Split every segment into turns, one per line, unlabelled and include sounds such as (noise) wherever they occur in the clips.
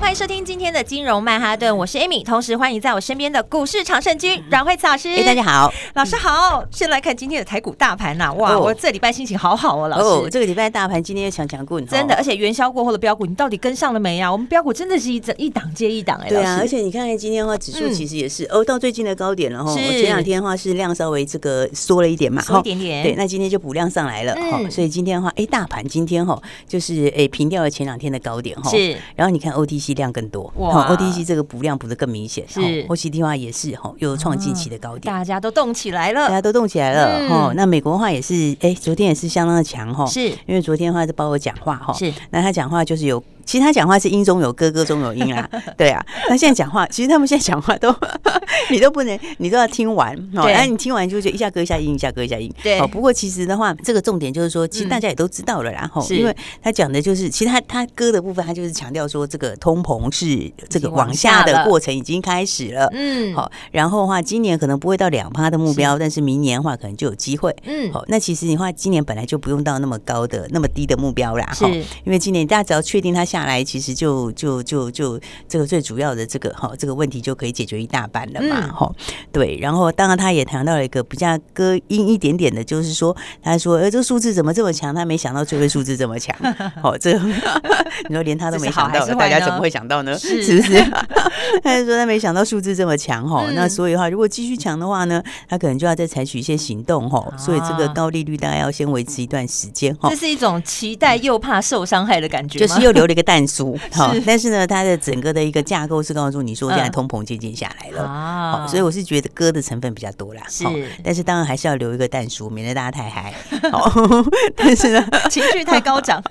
欢迎收听今天的金融曼哈
嗯
顿，我是 Amy，同时欢迎在我身边的股市常胜军阮慧慈老师。
哎、大家好。
老师好，先来看今天的台股大盘呐、啊哇，
哦
我这礼拜心情好好哦，老
哦，
师。
这个礼拜大盘今天又强强棍，
真的，
哦
而。且元宵过后的标股，你到底跟上了没啊？我们标股真的是一整一档接一档哎、
对啊，
老
而
师。
且你看看今天的话，指数
嗯
其实也是、哦，到最近的高点了哈。
是
前两天的话是量稍微这个缩了一点嘛，
缩一
齁
点点
对，那今天就补量上来了哈、
嗯
所以今天的话，哎、大盘今天哈就是哎平掉了前两天的高点哈。齁
是
然后你看 OTC 量更多，
哇
齁，OTC 这个补量补的更明显，
是
齁 OTC 的话也是哈，齁又创近期的高点。
大家都动起来
大
了，
家都动起来了
嗯
哈、齁那美国的话也是，哎、昨天也是相当的强哈。齁
是
因为昨天的话是包括讲话哈，
是
那他讲话就是有，其实他讲话是音中有歌，歌中有音
(laughs)
啦，对啊。那现在讲话，其实他们现在讲话都， (laughs) 你都不能，你都要听完哦。
对
然后你听完就觉得一下歌一下音，一下歌一下音。
对
哦，不过其实的话，这个重点就是说，其实
嗯
大家也都知道了啦，吼、
是
因为他讲的就是，其实他他歌的部分，他就是强调说，这个通膨是这个
经往
往下
下
的
了
过程已经开始了。
嗯，
好，然后的话，今年可能不会到两趴的目标，但是明年的话可能就有机会。
嗯，
好，那其实你话今年本来就不用到那么高的、那么低的目标啦，
是
齁因为今年大家只要确定它下来，其实就就就就这个最主要的这个哈这个问题就可以解决一大半了嘛，
嗯
哈、对。然后当然他也谈到了一个比较歌音一点点的，就是说他说，呃，这个数字怎么这么强？他没想到最位数字这么
(laughs)
强，好、这个你说连他都
这
没
是好
想到
还是，
大
坏
家
呢
怎么会想到呢？
是
不是？ (laughs) 他就说他没想到数字这么强哈、
嗯
那所以的话，如果继续强的话呢，他可能就要再采取一些行动哈、
啊
所以这个高利率大概要先维持一段时间哈
这。是一种期待又怕受伤害的感觉
就
吗，
是又留了一个蛋酥，
(laughs)
哈
是
但是呢，它的整个的一个架构是告诉你说，现在
嗯
通膨渐渐下来了，
啊
好，所以我是觉得歌的成分比较多啦，
是
好但是当然还是要留一个蛋酥，免得大家太嗨。
(laughs)
好，但是呢，
情绪太高
(laughs)
涨，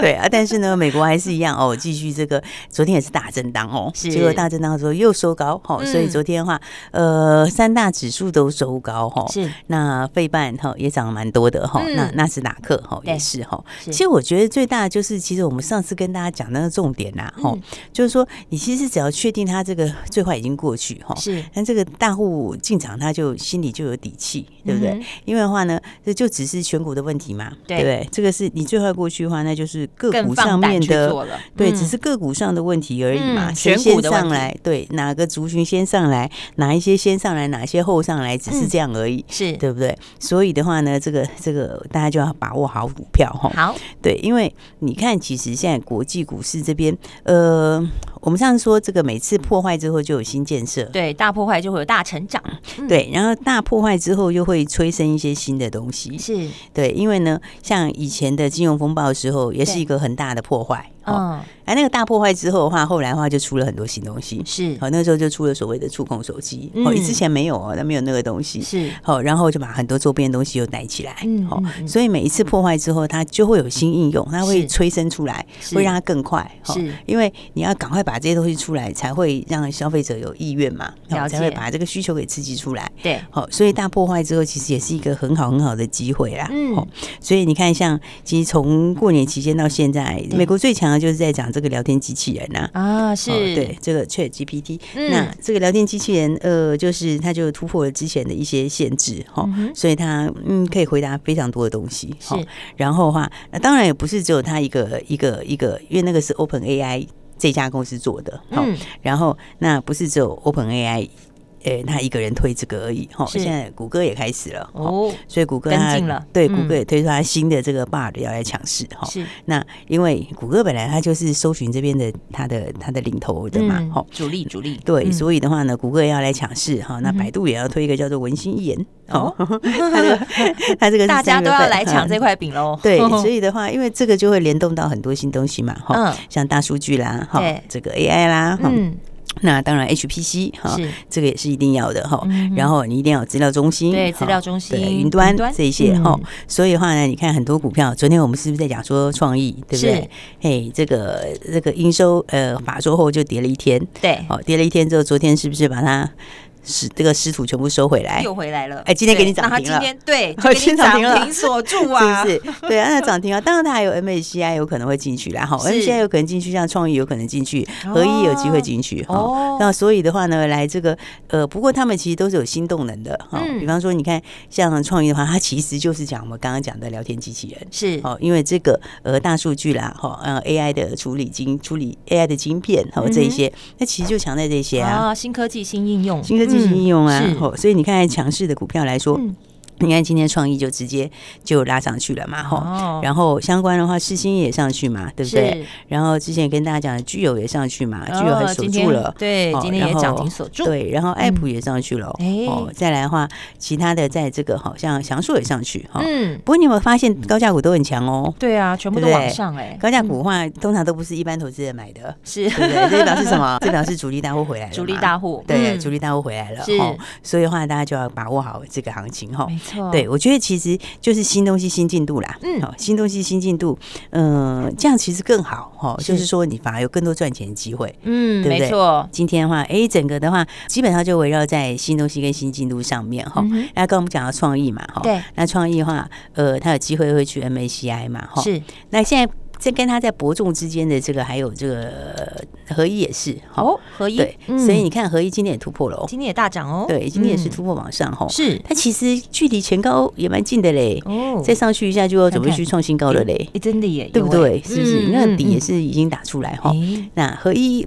对啊，但是呢，美国还是一样哦，继续这个，昨天也是大震荡哦，
是
结果大震荡之后又收高哦，所以
嗯
昨天的话，呃，三大指数都收高哈、哦，
是
那费半哈也涨了蛮多的哈、
嗯
那纳斯达克哈
对
也是哈。
是
其实我觉得最大的就是，其实我们上次跟大家讲那个重点啦、哈、
嗯
就是说你其实只要确定它这个最坏已经过去哈，
是
但这个大户进场，他就心里就有底气，对不对？
嗯哼
因为的话呢，这就只是选股的问题嘛，
对
不对？这个是你最坏过去的话，那就是个
更
股
放
上
胆
面
去
的
做了，
对，
嗯
只是个股上的问题而已嘛。
嗯
谁
选股的
先
问
上来，对，哪个族群先上来，哪一些先上来，哪些后上来，只是
嗯
这样而已，
是
对不对？所以的话呢，这个这个大家就要把握好股票哈。
好，
对，因为你看，其实现在国际股市这边，呃，我们上次说这个每次破坏之后就有新建设，
对大破坏就会有大成长，嗯
对，然后大破坏之后又会催生一些新的东西，
是
对，因为呢，像以前的金融风暴的时候，也是
对
一个很大的破坏，哦，
嗯
哎、那个大破坏之后的话，后来的话就出了很多新东西，
是
好、那时候就出了所谓的触控手机，哦，
嗯
之前没有哦，那没有那个东西，
是
好、然后就把很多周边的东西又带起来，
嗯
好、
嗯嗯
所以每一次破坏之后，它就会有新应用，它会
是
催生出来，
是
会让它更快，好
是
因为你要赶快把这些东西出来，才会让消费者有意愿嘛，好
了解
才会把这个需求给刺激出来。
对
好，所以大破坏之后，其实也是一个很好很好的机会啦。
嗯
好，所以你看，像其实从过年期间到现在，
对
美国最强的就是在讲这个聊天机器人呐、啊。
啊是
哦对，这个 Chat GPT，、
嗯
那这个聊天机器人，呃，就是它就突破了之前的一些限制哈、
嗯哼
所以它嗯可以回答非常多的东西
是
齁然后的话，那当然也不是只有它一个一个一个，因为那个是 Open AI 这家公司做的，齁
嗯
然后那不是只有 Open AI。诶，他一个人推这个而已哈，
是
齁现在谷歌也开始了齁
哦
所以谷歌
跟
它
进了
对，
嗯
谷歌也推出它新的这个 Bard 要来抢市哈。齁
是
那因为谷歌本来它就是搜寻这边的它的它的领头的嘛
嗯
哈。齁
主力主力
对，
嗯
所以的话呢，谷歌也要来抢市哈，那
嗯哼
百度也要推一个叫做文心一言
哦
哦，
(laughs)
它这个它这个是
大家
三月
都要
份
来抢
嗯
这块饼喽，
(laughs)
(laughs)
对，所以的话，因为这个就会联动到很多新东西嘛哈
嗯，
像大数据啦哈
对，
这个 AI 啦哈，
嗯
那当然 HPC 哈
是，
这个也是一定要的哈
嗯哼。
然后你一定要有资料中心，
对
哈
资料中心
对云端
云端
这一些哈
嗯。
所以的话呢，你看很多股票，昨天我们是不是在讲说创意，对不对？嘿，这个这个营收呃法说后就跌了一天，
对，
哦，跌了一天之后，昨天是不是把它使这个师徒全部收回来？
又回来了。
哎今天给你
对那
涨
它
停了
今天
(laughs)
对，就给
今
你
天涨
涨
停了
停锁住啊，
(laughs) 是不是？
(laughs)
对啊，那涨停啊，当然它还有 MACI 有可能会进去啦，哈
是
，MACI 有可能进去，像创意有可能进去，合一有机会进去，哈、
哦
那所以的话呢，来这个呃，不过他们其实都是有新动能的，哈、
嗯
比方说，你看像创意的话，它其实就是讲我们刚刚讲的聊天机器人。
是
哦，因为这个呃大数据啦，哈、呃 AI 的处理晶处理 AI 的晶片，哈、
嗯哼
这一些，那其实就强在这些啊，
啊，新科技新应用，
新科技新应用啊
嗯，是
吼、所以你看强势的股票来说，
嗯
你看今天创意就直接就拉上去了嘛，吼、
哦
然后相关的话，世新也上去嘛，对不对？啊
是
然后之前也跟大家讲的聚友也上去嘛，
哦
聚友还锁
今天
住了，
对
哦
今天也涨停锁住
然后对，然后爱普也上去了，
嗯哎
哦，再来的话，其他的在这个好像翔硕也上去哈、
嗯，
不过你有没有发现高价股都很强哦？
对啊，全部都
对不
往
对
上哎，
高价股的话，通常都不是一般投资人买的，
是 (laughs)
对不对？这表示什么？ (laughs) 这表示主力大户回来了嘛，
嗯主力大户，
对，
嗯
主力大户回来了，
是
吼所以的话，大家就要把握好这个行情哈。吼
没错，
对，我觉得其实就是新东西新进度啦，
嗯
好，新东西新进度，嗯、这样其实更好哈，吼
是
就是说你反而有更多赚钱的机会。
嗯，
对不
没
对
错，
今天的话，哎，整个的话基本上就围绕在新东西跟新进度上面哈
嗯哼。
那刚刚我们讲到创意嘛哈，吼
对，
那创意的话，呃，它有机会会去 MACI 嘛哈。吼
是
那现在这跟它在伯仲之间的这个，还有这个呃合一也是哈。
哦，合一
对，，
嗯
所以你看合一今天也突破了哦，
今天也大涨哦，
对，今天也是
嗯
突破往上哈。吼
是
它其实距离前高也蛮近的嘞，
哦
再上去一下就要准备
看看
去创新高了嘞，
诶真的耶，
对不
有诶
对？是不是？
嗯
那底也
嗯
是已经打出来哈。
嗯诶
那合一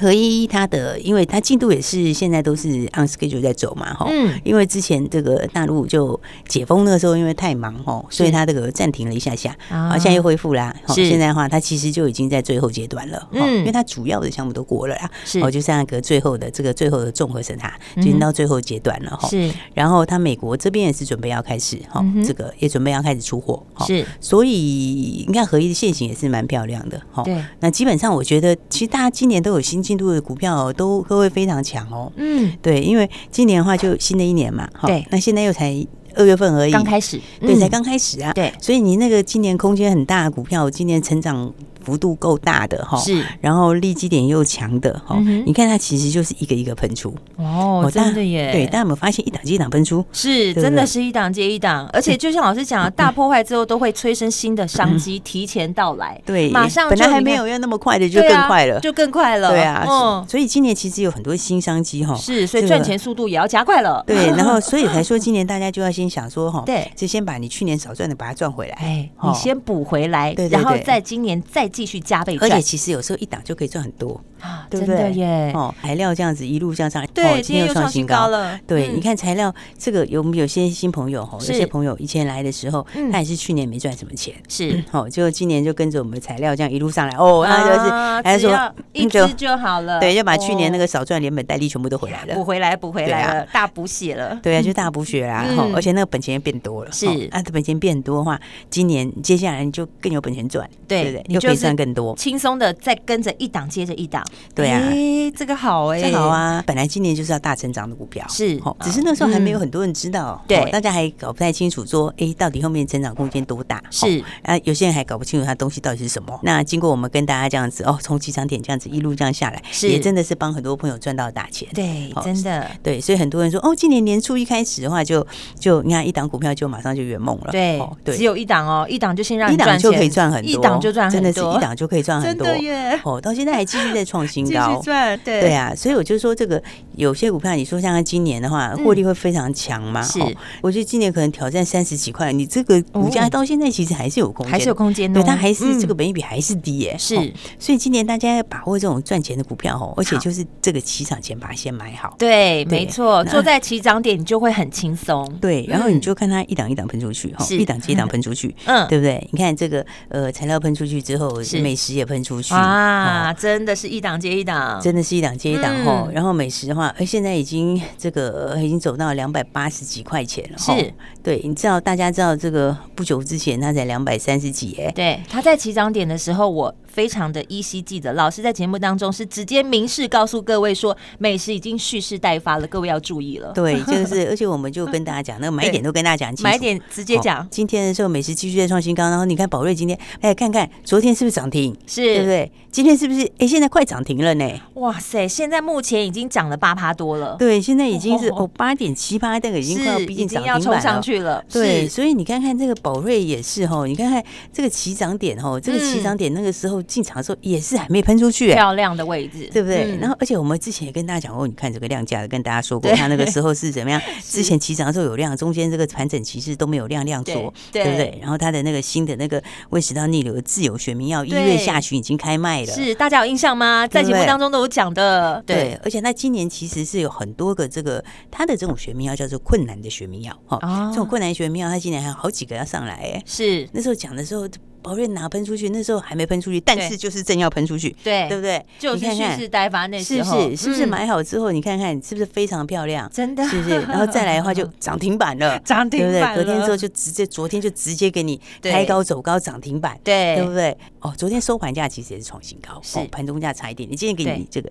合一它的，因为它进度也是现在都是 on schedule 在走嘛哈。
嗯
因为之前这个大陆就解封那个时候，因为太忙哦，所以
是
它这个暂停了一下下，
啊
啊，现在又恢复啦。吼
是
现在的话，它其实就已经在最后阶段了，吼
嗯
因为它主要的项目都过了啦，
是
哦，就是那个最后的这个最后的综合审查，就
嗯哼
已经到最后阶段了哈。吼哦
是
然后他美国这边也是准备要开始哈
嗯哼，
这个也准备要开始出货哈，
是
所以你看合一的现形也是蛮漂亮的哈。
对，
那基本上我觉得，其实大家今年都有新进度的股票哦，都都会非常强哦。
嗯
对，因为今年的话就新的一年嘛，哈
对
那现在又才二月份而已，
刚开始，
对，
嗯
才刚开始啊。
对
所以你那个今年空间很大的股票，今年成长幅度够大的哈，
是
然后利基点又强的哈
嗯哼，
你看它其实就是一个一个喷出。
哦，
大
真的耶，
对，大家有没有发现一档接一档喷出？
是，
对不嗯
真的
对
是一档接一档，而且就像老师讲的，大破坏之后都会催生新的商机提前到来，
嗯对，
马上
本来
就
还
你
没
看
有要那么快的，就
对
更
啊
快了。
就更快了，
对啊，
嗯，
所以今年其实有很多新商机哈。
是，所以
这
赚
个
钱速度也要加快了，
(laughs)
(laughs)
对，然后所以才说今年大家就要先想说哈，
对
就先把你去年少赚的把它赚回来。
哎，你
哦
先补回来
对，对
然后
对
在今年再继续加倍
而
赚
且，其实有时候一档就可以赚很多，
啊
对
真
不对？
的耶，
哦，材料这样子一路向上，哦
对，今天又创新高。了，
对，
嗯
你看材料这个有有些新朋友哈，有
是
些朋友以前来的时候
嗯，
他也是去年没赚什么钱， (laughs)
是。
哦，就今年就跟着我们材料这样一路上来，哦，那就是
啊
他
只
就
要
说嗯
一
就
只就好了，
对，就把去年那
哦
个少赚连本带利全部都回来了
补。回来，补回
对
来
啊
了，大补血了，
对啊，就大补血啦，哈、
嗯
而且那个本钱也变多了，
是
哦啊，本钱变多的话，今年接下来你就更有本钱赚，
对
不
你
对？又可
就
以
是
赚更多，
轻松的再跟着一档接着一档，
对啊
哎，这个好哎，
这好，啊！本来今年就是要大成长的股票，
是
哦，只是那时候还没有
嗯
很多人知道，
对
哦大家还搞不太清楚说，哎，到底后面成长空间多大？哦
是
啊，有些人还搞不清楚它东西到底是什么。那经过我们跟大家这样子，哦，从起涨点这样子一路这样下来，
是
也真的是帮很多朋友赚到大钱，
对，
好
真的，
对，所以很多人说，哦，今年年初一开始的话就，就你看一档股票就马上就圆梦了，
对
哦，
只有一档哦，一档就先让你
一档
赚钱，
就可以赚很多，
一档就赚很
真
多，
的是一档就可以赚很多
真的耶
哦，到现在还继续在创新
(laughs) 继
高
续。赚，对
对，啊，所以我就说这个有些股票，你说像它今年的话，获利会非常强嘛？
嗯
哦
是
我觉得今年可能挑战三十几块，你这个股
哦
价到现在其实还是有空间，
还是有空间哦，
对，它还是
嗯
这个本益比还是低耶、
是
哦所以今年大家要把握这种赚钱的股票哦，而且
好
就是这个起涨前把它先买好，
对，
对
没错，
那
坐在起涨点你就会很轻松，
对，然后你
嗯
就看它一档一档喷出去哈，
是
一档接一档喷出去，
嗯
对不对？你看这个呃材料喷出去之后
是，
美食也喷出去
啊，
哦
真的是一档接一档，
真的是一档接一档
嗯
哈、然后美食的话，哎，现在已经这个呃已经走到两百八十几块钱了吼
是
对，你知道大家知道这个不久之前它才两百三十几哎，
对，他在起涨点的时候，我非常的依稀记得，老师在节目当中是直接明示告诉各位说，美食已经蓄势待发了，各位要注意了。
对，这个
(laughs)
是，而且我们就跟大家讲，那个买点都跟大家讲清楚，
买点直接
哦
讲，
今天的时候，美食继续在创新高，然后你看宝瑞今天，哎，看看昨天是不是涨停，对
是哦
不对？今天是不是哎，现在快涨停了呢？
哇塞，现在目前已经涨了八趴多了，
对，现在已经是
哦
哦八点七八，那个已经快要
是
逼
已
近
经
涨
要
停
冲
板
上
了。
去了，
对，
是
所以你看看这个宝瑞也是哈，你看看这个起涨点哈，这个起涨点那个时候进场的时候也是还没喷出去、哎
漂亮的位置，
对不对？
嗯
然后，而且我们之前也跟大家讲过，你看这个量价的，跟大家说过，
对
它那个时候是怎么样？之前起涨的时候有量，中间这个盘整其实都没有量量缩，
对
对不
对
对？然后它的那个新的那个胃食道逆流的自由学名药，一
对
月下旬已经开卖了。
是大家有印象吗？在
对不
节目
对
当中都有讲的，
对，而且它今年其实是有很多个这个它的这种学名药叫做困难的学名药哈，
哦
这种困难的学名药它今年还有好几个要上来哎。
是，
那时候讲的时候，宝瑞哪喷出去？那时候还没喷出去，但
对
是就是正要喷出去，
对
对不对？
就
你
是
看
蓄
看
势待发那
是
时
不
候，
是？是不是
嗯
买好之后，你看看是不是非常漂亮？
真的
是 (laughs) 不是？然后再来的
(laughs)
话就涨停板了，
涨停
对不对
板？
隔天
了
之后就直接，昨天就直接给你
对
开高走高涨停板，
对
对不对？哦，昨天收盘价其实也是创新高，
是
哦盘中价差一点，你今天给
对
你这个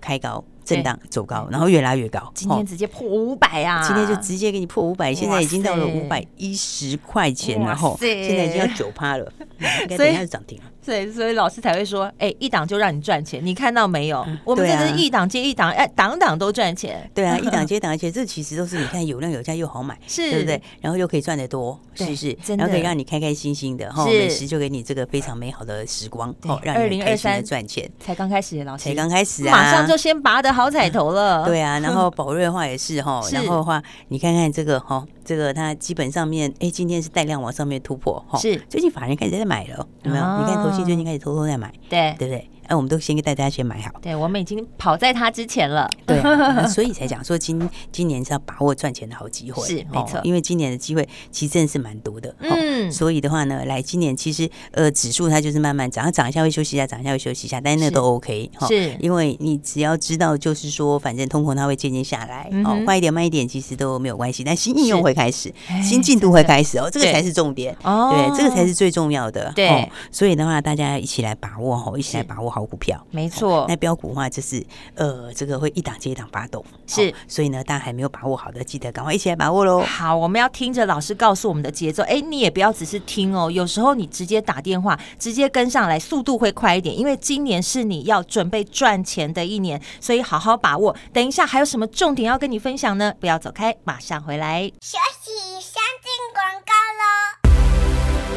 开高
对
震荡走高，然后越拉越高，
今
哦
天直接破五百啊！
今天就直接给你破五百，现在已经到了
哇
五
塞
百一十块钱
哇
了吼，
塞
现在已经要九
(laughs)
趴了，嗯应该
所以
等一下就
(laughs)
涨停了。
对，所以老师才会说，哎、一档就让你赚钱，你看到没有？我们
对
这
啊
是一档接一档，哎、档档都赚钱，
对啊，一档接一档，而且这其实都是你看有量有价又好买，
是
对不对？然后又可以赚得多，是
对
不是？
真
然后可以
的
让你开开心心的哈，
是
美食就给你这个非常美好的时光，哦，让你很开心
2023
的赚钱。
才刚开始，老师
才刚开始啊，
马上就先拔得好彩头了。
(laughs) 对啊，然后宝瑞的话也是哈，
(laughs) 是
然后的话，你看看这个哈，这个它基本上面，哎，今天是带量往上面突破哈，
是
最近法人开始在买了，有没有？
啊
你看投信最近开始偷偷在买，
对
对不对？哎，我们都先给大家先买好。
对，我们已经跑在他之前了。
对、 (laughs) 啊，所以才讲说今今年是要把握赚钱的好机会，
是没错
哦因为今年的机会其实真的是蛮多的，
嗯
嗯，所以的话呢，来今年其实呃指数它就是慢慢涨，它涨一下会休息一下，涨一下会休息一下，但是那
是
都 OK，哦
是
因为你只要知道就是说，反正通膨它会渐渐下来，
嗯
哦
哼，
快一点慢一点其实都没有关系，但新应
是
用会开始
哎，
新进度会开始哦，这个
对
才是重点，
哦
对，这个才是最重要的，
对
哦所以的话大家一起来把握哦，一起来
是
把握好股票。
哦没错
那，标股的话，就是呃，这个会一档接一档发动，哦
是
所以呢，大家还没有把握好的，记得赶快一起来把握喽。
好，我们要听着老师告诉我们的节奏。哎，你也不要只是听哦，有时候你直接打电话，直接跟上来，速度会快一点。因为今年是你要准备赚钱的一年，所以好好把握。等一下还有什么重点要跟你分享呢？不要走开，马上回来。
休息，先进广告喽。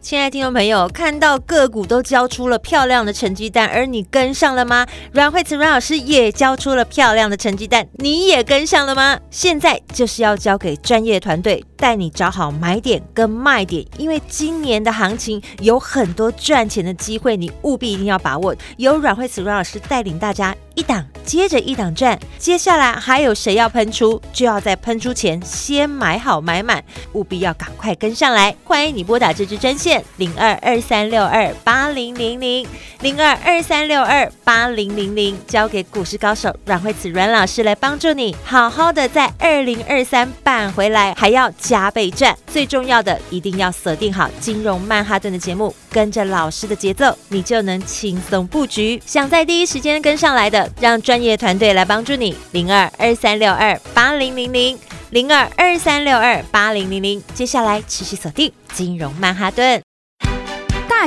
亲爱的听众朋友，看到个股都交出了漂亮的成绩单，而你跟上了吗？阮慧慈阮老师也交出了漂亮的成绩单，你也跟上了吗？现在就是要交给专业团队带你找好买点跟卖点，因为今年的行情有很多赚钱的机会，你务必一定要把握。由阮慧慈阮老师带领大家一档接着一档赚，接下来还有谁要喷出，就要在喷出前先买好买满。务必要赶快跟上来。欢迎你拨打这支专线零二二三六二八零零零零二二三六二八零零零，交给股市高手阮慧慈阮老师来帮助你，好好的在二零二三办回来，还要加倍赚。最重要的，一定要锁定好金融曼哈顿的节目，跟着老师的节奏，你就能轻松布局。想在第一时间跟上来的，让专业团队来帮助你。零二二三六二八零零零。零二二三六二八零零零。接下来持续锁定金融曼哈顿。
大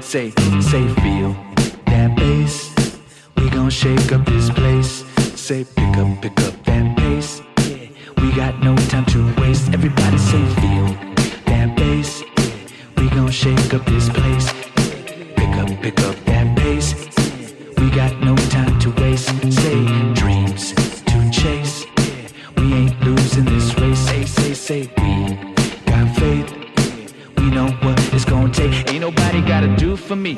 Say, say, feel that bass. We gon' shake up this place. Say, pick up, pick up that pace. Yeah, we got no time to waste. Everybody say, feel that bass. Yeah, we gon' shake up this place. Pick up, pick up that pace. We got no time to waste. Say, dreams to chase. Yeah, we ain't losing. say, ain't nobody gotta do for me.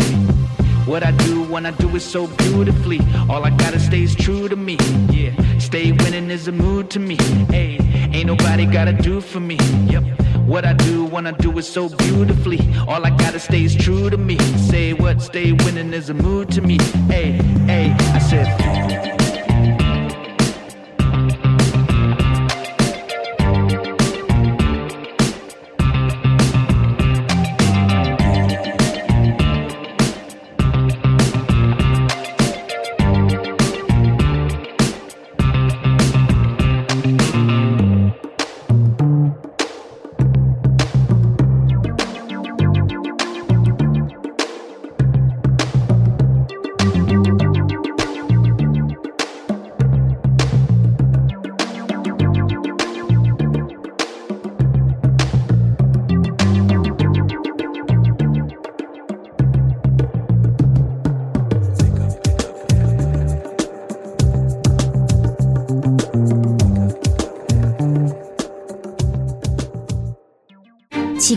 What I do when I do it so beautifully. All I gotta stay is true to me. Yeah, stay winning is a mood to me. Hey, ain't nobody gotta do for me. Yep, what I do when I do it so beautifully. All I gotta stay is true to me. Say what stay winning is a mood to me. Hey, hey, I said.
奇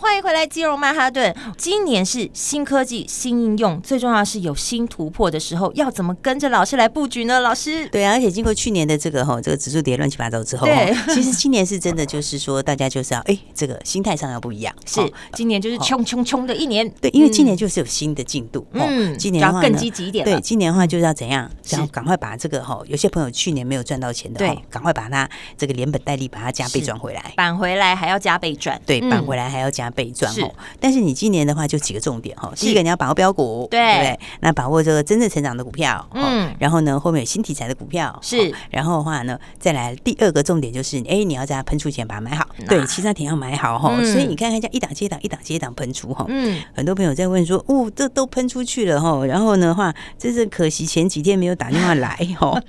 欢迎回来，基隆曼哈顿。今年是新科技、新应用，最重要是有新突破的时候，要怎么跟着老师来布局呢？老师，
对啊，而且经过去年的这个哈，这个指数跌乱七八糟之后，
对
齁其实今年是真的就是说，大家就是要哎，这个心态上要不一样，
是
齁
今年就是冲冲冲的一年，
对，因为今年就是有新的进度，齁
嗯
今年的话
要
呢
更积极一点了
对，今年的话就是要怎样，
是
然后赶快把这个哈，有些朋友去年没有赚到钱的，
对
齁赶快把它这个连本带利把它加倍
是
赚回来。
嗯扳回来还要加倍赚，
对，
嗯
搬回来还要加倍赚
是
哦。但是你今年的话，就几个重点哦。第一个，你要把握标股，
对
不对？那把握这个真正成长的股票，
嗯
嗯。然后呢，后面有新题材的股票哦
是
然后的话呢，再来第二个重点就是，哎，你要在它喷出前把它买好，对，其他点要买好哈。
嗯
所以你看看，这样一档接一档，一档接一档喷出哈。
嗯，
很多朋友在问说，哦，这都喷出去了哈。然后呢话，真是可惜前几天没有打电话来哈。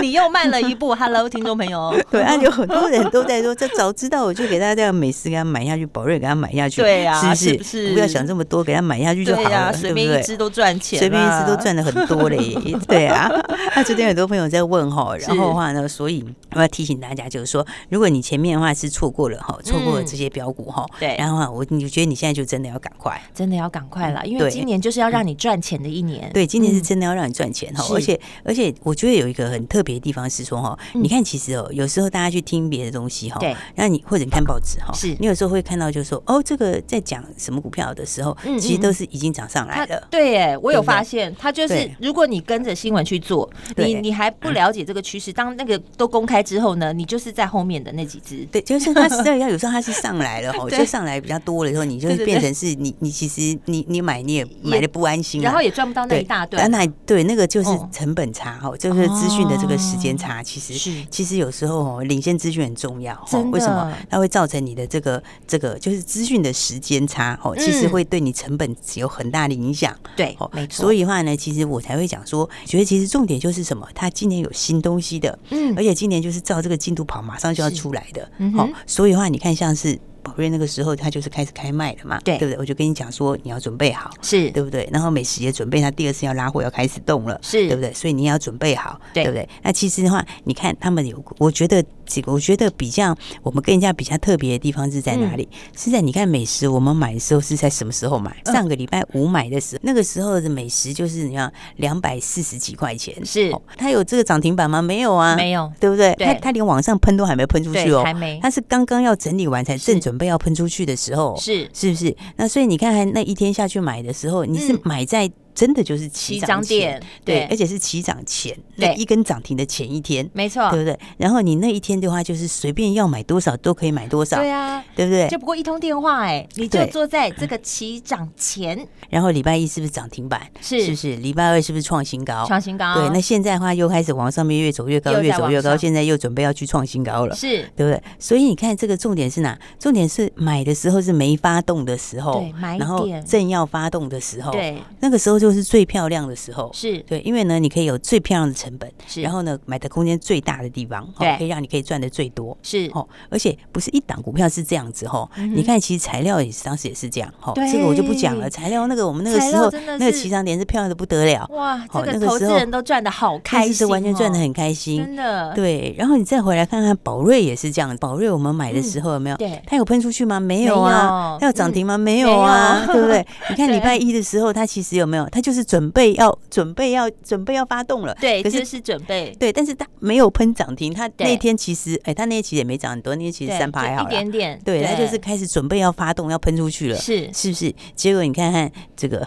你又慢了一
(laughs)
步。Hello，听众朋友， (laughs)
对啊，有很多人都在说，这早知道我就给大家这样美食给他买下去，宝瑞给他它买下去，
对啊
是不是？
是不是
不要想这么多，给它买下去就好
对
了，
呀、
对
随
不
便
对
一只都赚钱啦，啊
随便一次都赚了很
(laughs)
多嘞，对啊。那昨天很多朋友在问哈，然后的话呢，所以我要提醒大家，就是说，如果你前面的话是错过了哈，错过了这些标股哈，
嗯对
然后啊，我你觉得你现在就真的要赶快，
真的要赶快啦，因为
对
今年就是要让你赚钱的一年。
对，今年是
嗯
真的要让你赚钱哈，
是
而且而且我觉得有一个很特别的地方是说哈，你看其实哦，有时候大家去听别的东西哈，
嗯对，
那你或者你看报纸哈，
是
你有时候会看到就是说哦，这个在讲什么股票的时候
嗯，
其实
嗯
都是已经涨上来
他
了。
对，哎，我
对
有
不对
发现，他就是
对
如果你跟着新闻去做，你
对
你还不了解这个趋势，当那个都公开之后呢，你就是在后面的那几只。
对，就是它实在要有时候它是上来
(laughs)
了吼，
对
就上来比较多了以后，你就
对
会
对
变
对
成是你你其实你你买你也买的不安心啊，
然后也赚不到那一
对
大
啊
段，
那对那个就是
嗯
成本差哈，就是资讯的这个时间差，其
哦是
实其实有时候哦，领先资讯很重要哈
真的，
为什么它会造成你的这个这个就是资讯的时间差哦，其实
嗯
会对你成本有很大的影响。
对
哦，
没错。
所以的话呢，其实我才会讲说，觉得其实重点就是什么？它今年有新东西的，
嗯
而且今年就是照这个进度跑，马上就要
是
出来的，
嗯
好、
哼
所以的话，你看像是宝瑞那个时候，它就是开始开卖了嘛，
对
对不对？我就跟你讲说，你要准备好，
是
对不对？然后美食也准备，它第二次要拉货，要开始动了，
是
对不对？所以你也要准备好，
对
不对？那其实的话，你看他们有，我觉得几个，我觉得比较我们跟人家比较特别的地方是在哪里？
嗯
是在你看美食，我们买的时候是在什么时候买？上个礼拜五买的时候，那个时候的美食就是你看两百四十几块钱，
是
哦它有这个涨停板吗？没有啊，
没有
对不对？
对
它它连往上喷都还没喷出去
对
哦，
还没
它是刚刚要整理完才
是
正准备要喷出去的时候，
是
是不是？那所以你看，那一天下去买的时候，你是
嗯
买在真的就是起
起涨
涨前
点对
对，而且是起涨前那
对嗯
一根涨停的前一天，
没错，
对不对？然后你那一天的话，就是随便要买多少都可以买多少，
对啊，
对不对
就？不过一通电话，哎，你就
对
坐在这个起涨前
然后礼拜一是不是涨停板？
是
是不是？礼拜二是不是创新高？
创新高，
对，那现在的话又开始往上面越走越
又
高，
在
越走越
往
高，
上
现在又准备要去创新高了。
是
对不对？所以你看这个重点是哪？重点是买的时候是没发动的时候
对买，
然后
点
正要发动的时候，
对，
那个时候就是最漂亮的时候。
是
对，因为呢，你可以有最漂亮的成本，
是
然后呢，买的空间最大的地方，哦
对
可以让你可以赚的最多。
是嗯
哦，而且不是一档股票是这样子哦。你看，其实材料也是当时也是这样哦。
对
这个我就不讲了，材料那个我们那个
材
时
料
候
真的
那个
是
起涨点是漂亮的不得了，
哇，这
哦
个
那个
投资
时候
人都赚的好开
开
心
始
哦，
完全赚的很开心
真。的，
对，然后你再回来看看宝瑞也是这样，宝瑞我们买的时候有没有？
嗯对
它有喷出去吗？没有
没
啊
有。嗯
它有涨停吗？没有
(laughs)
啊，
没有
对不对？你看
对
礼拜一的时候，它其实有没有？它就是准备要准备要准备要发动了，
对，
可
这
是。
是准备。
对，但是它没有喷涨停，它
对
那天其实，哎，它那天其实也没涨很多，那天其实
对
三趴
就
还好
一
啦
点点，
对，它就是开始准备要发动，要喷出去了，
是
是不是？结果你看看这个，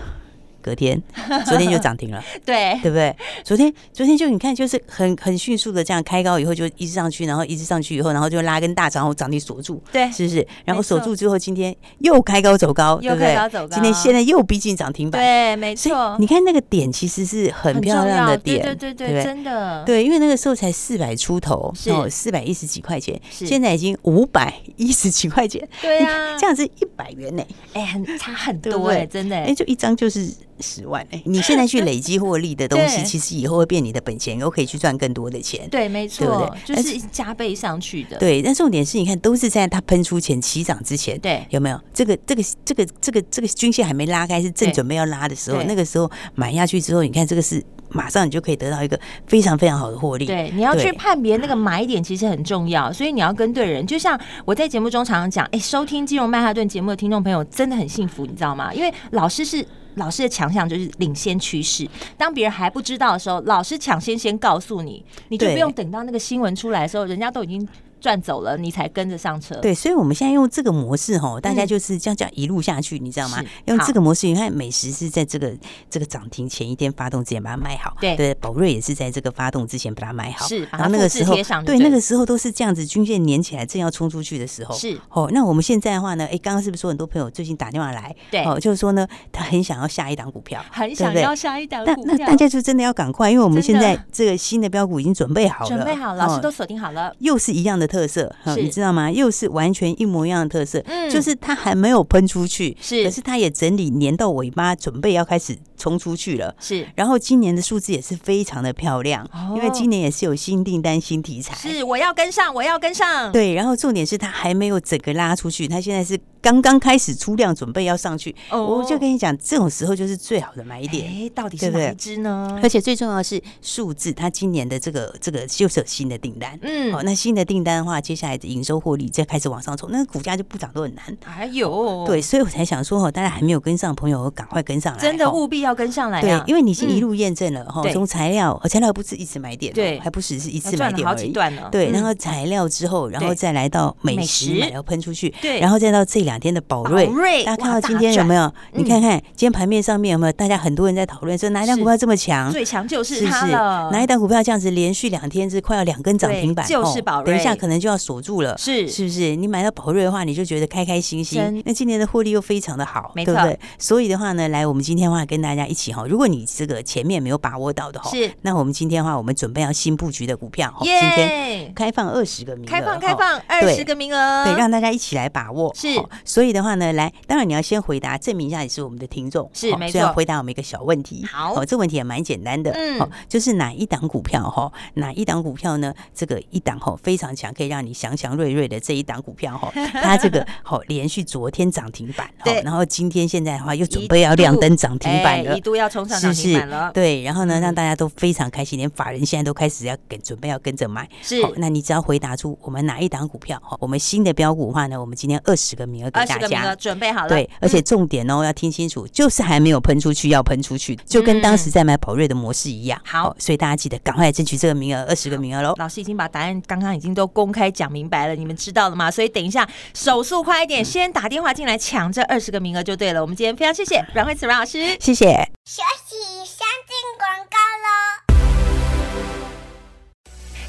(laughs)
隔天，昨天就涨停了，
对
对不对？昨天昨天就你看，就是很很迅速的这样开高以后就一直上去，然后一直上去以后，然后就拉根大涨，后涨停锁住，
对
是不是？然后
没错
锁住之后，今天又开高走高，
又
对不对
开高走高
今天现在又逼近涨停板，
对，没
所
错
以，你看那个点其实是很漂
重
亮
要
的
对
点，
对对
不
对，真的，
对，因为那个时候才四百出头，哦
是
四百一十几块钱，
是
现在已经五百一十几块钱，
对
你
啊
看这样是一百元呢、
哎，很差很
对不
多哎，
对
真的
哎、
哎，
就一张就是十万哎、你现在去累积获利的东西，
(laughs) 对
其实以后会变你的本钱，又可以去赚更多的钱。
对，没
对不
错，
对
就
但
是加倍上去的，
对，但重点是你看，都是在它喷出前起涨之前，
对
有没有？这个这个这个这个这个均线还没拉开，是正
对
准备要拉的时候
对，
那个时候买下去之后，你看这个是马上你就可以得到一个非常非常好的获利。
对，你要去
对
判别那个买点其实很重要，所以你要跟对人。就像我在节目中常常讲，哎，收听《金融曼哈顿》节目的听众朋友真的很幸福，你知道吗？因为老师是。老师的强项就是领先趋势，当别人还不知道的时候，老师抢先先告诉你，你就
对
不用等到那个新闻出来的时候，人家都已经赚走了，你才跟着上车。
对，所以我们现在用这个模式吼，大家
嗯
就是这样这样一路下去，你知道吗
是？
用
好
这个模式，你看美食是在这个这个涨停前一天发动之前把它卖好，
对
宝瑞也是在这个发动之前把它卖好，
是把它
然后那个
复制
时候
贴上就
对
对
那
了
个时候都是这样子，均线粘起来正要冲出去的时候，
是
哦。那我们现在的话呢，哎，刚刚是不是说很多朋友最近打电话来，
对
哦，就是说呢，他很想要下一档股票，
很
对
想
不对
要下一档
那
股
那
票，
大家就真的要赶快，因为我们
真
现
的
在这个新的标股已经准备好了，
准备好，老师
哦
都锁定好了，
又是一样的特色，哈
是
你知道吗？又是完全一模一样的特色，
嗯
就是它还没有喷出去，
是
可是它也整理粘到尾巴，准备要开始冲出去了。
是
然后今年的数字也是非常的漂亮，因为
哦
今年也是有新订单、新题材。
是，我要跟上，我要跟上。
对，然后重点是它还没有整个拉出去，它现在是刚刚开始出量，准备要上去。
哦
我就跟你讲，这种时候就是最好的买点。
哎，到底
对
是
不对
哪一支呢？
而且最重要的是数字，它今年的这个这个就是有新的订单。
嗯
哦好、，那新的订单的话，接下来的营收获利再开始往上冲，那个股价就不涨都很难。
还有，
对，，所以我才想说，哦，大家还没有跟上的朋友，赶快跟上来。
真的
哦
务必要跟上来
对
啊，，
因为你已经一
嗯
路验证了哈
对，
从材料，哦材料不是一次买点哦，
对
还不只是一
要
次买
赚
点
了好
而
几
已。
段呢。
对，
嗯
然后材料之后，然后
对
再来到美
美
食
食
嘛，然后喷出去，
对
然后再到这两天的宝瑞
宝瑞，
大家看
哇
到
大
今天有
赚
没有？你
嗯
看看今天盘面上面有没有？大家很多人在讨论说哪一档
是
股票这么强？
嗯最强就是
是不
它
是？
了，
哪一档股票这样子连续两天是快要两根涨停板，
对就是
哦
宝瑞
等一下可能就要锁住了，
是
是不是？你买到宝瑞的话，你就觉得开开
真
心心。那今年的获利又非常的好，
没
对不
错
对？所以的话呢，来我们今天的话跟大家一起哈，如果你这个前面没有把握到的哈，
是
那我们今天的话，我们准备要新布局的股票哈，今天
耶！
开放二十个名额，
开放
哈
开。放二
对
十个名额，
对，让大家一起来把握。
是
哦所以的话呢，来，当然你要先回答，证明一下你是我们的听众，
是
哦
没
所以要
错
回答我们一个小问题。
好
哦，这问题也蛮简单的，
嗯
哦，就是哪一档股票哈、哦，哪一档股票呢？这个一档哈、哦、非常强，可以让你祥祥瑞瑞的这一档股票哈、哦，它
(laughs)
这个好、哦、连续昨天涨停板，哦
对
然后今天现在的话又准
一
备要亮
度
灯涨停
哎
板了
一。度要冲上
是
涨
不
停
是
板了，？嗯
对，然后呢，让大家都非常开心，连法人现在都开始要跟准备要跟着买。
是
好那你只要回答出我们哪一档股票，好我们新的标股的话呢，我们今天二十个名额给
二
大
十个名额
家。
准备好嗯了，
对，而且重点哦，要听清楚，就是还没有喷出去，要喷出去，就跟当
嗯
时在买宝瑞的模式一样。
好
所以大家记得赶快来争取这个名额，二十个名额喽。
老师已经把答案刚刚已经都公开讲明白了，你们知道了吗？所以等一下手速快一点，先打电话进来抢这二十个名额就对了。我们今天非常谢谢阮慧慈阮老师。
谢谢。
休息，先进广告喽。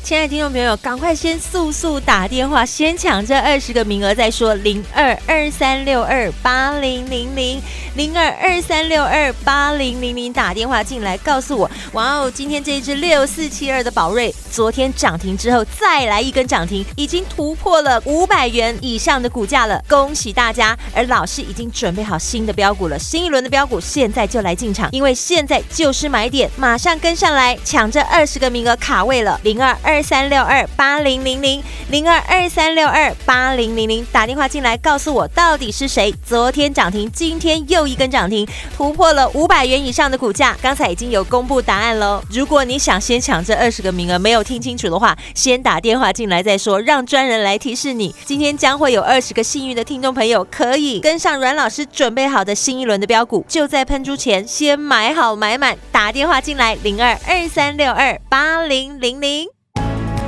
亲爱的听众朋友，赶快先速速打电话，先抢这二十个名额再说。零二二三六二八零零零，零二二三六二八零零零，打电话进来告诉我。哇哦，今天这一只六四七二的宝瑞，昨天涨停之后再来一根涨停，已经突破了五百元以上的股价了，恭喜大家！而老师已经准备好新的标股了，新一轮的标股现在就来进场，因为现在就是买点，马上跟上来抢这二十个名额卡位了，零二二三六二八零零零零二二三六二八零零零，打电话进来告诉我到底是谁，昨天涨停，今天又一根涨停，突破了五百元以上的股价，刚才已经有公布答案喽。如果你想先抢这二十个名额，没有听清楚的话，先打电话进来再说，让专人来提示你。今天将会有二十个幸运的听众朋友可以跟上阮老师准备好的新一轮的标股，就在喷出前先买好买满，打电话进来零二二三六二八零零零。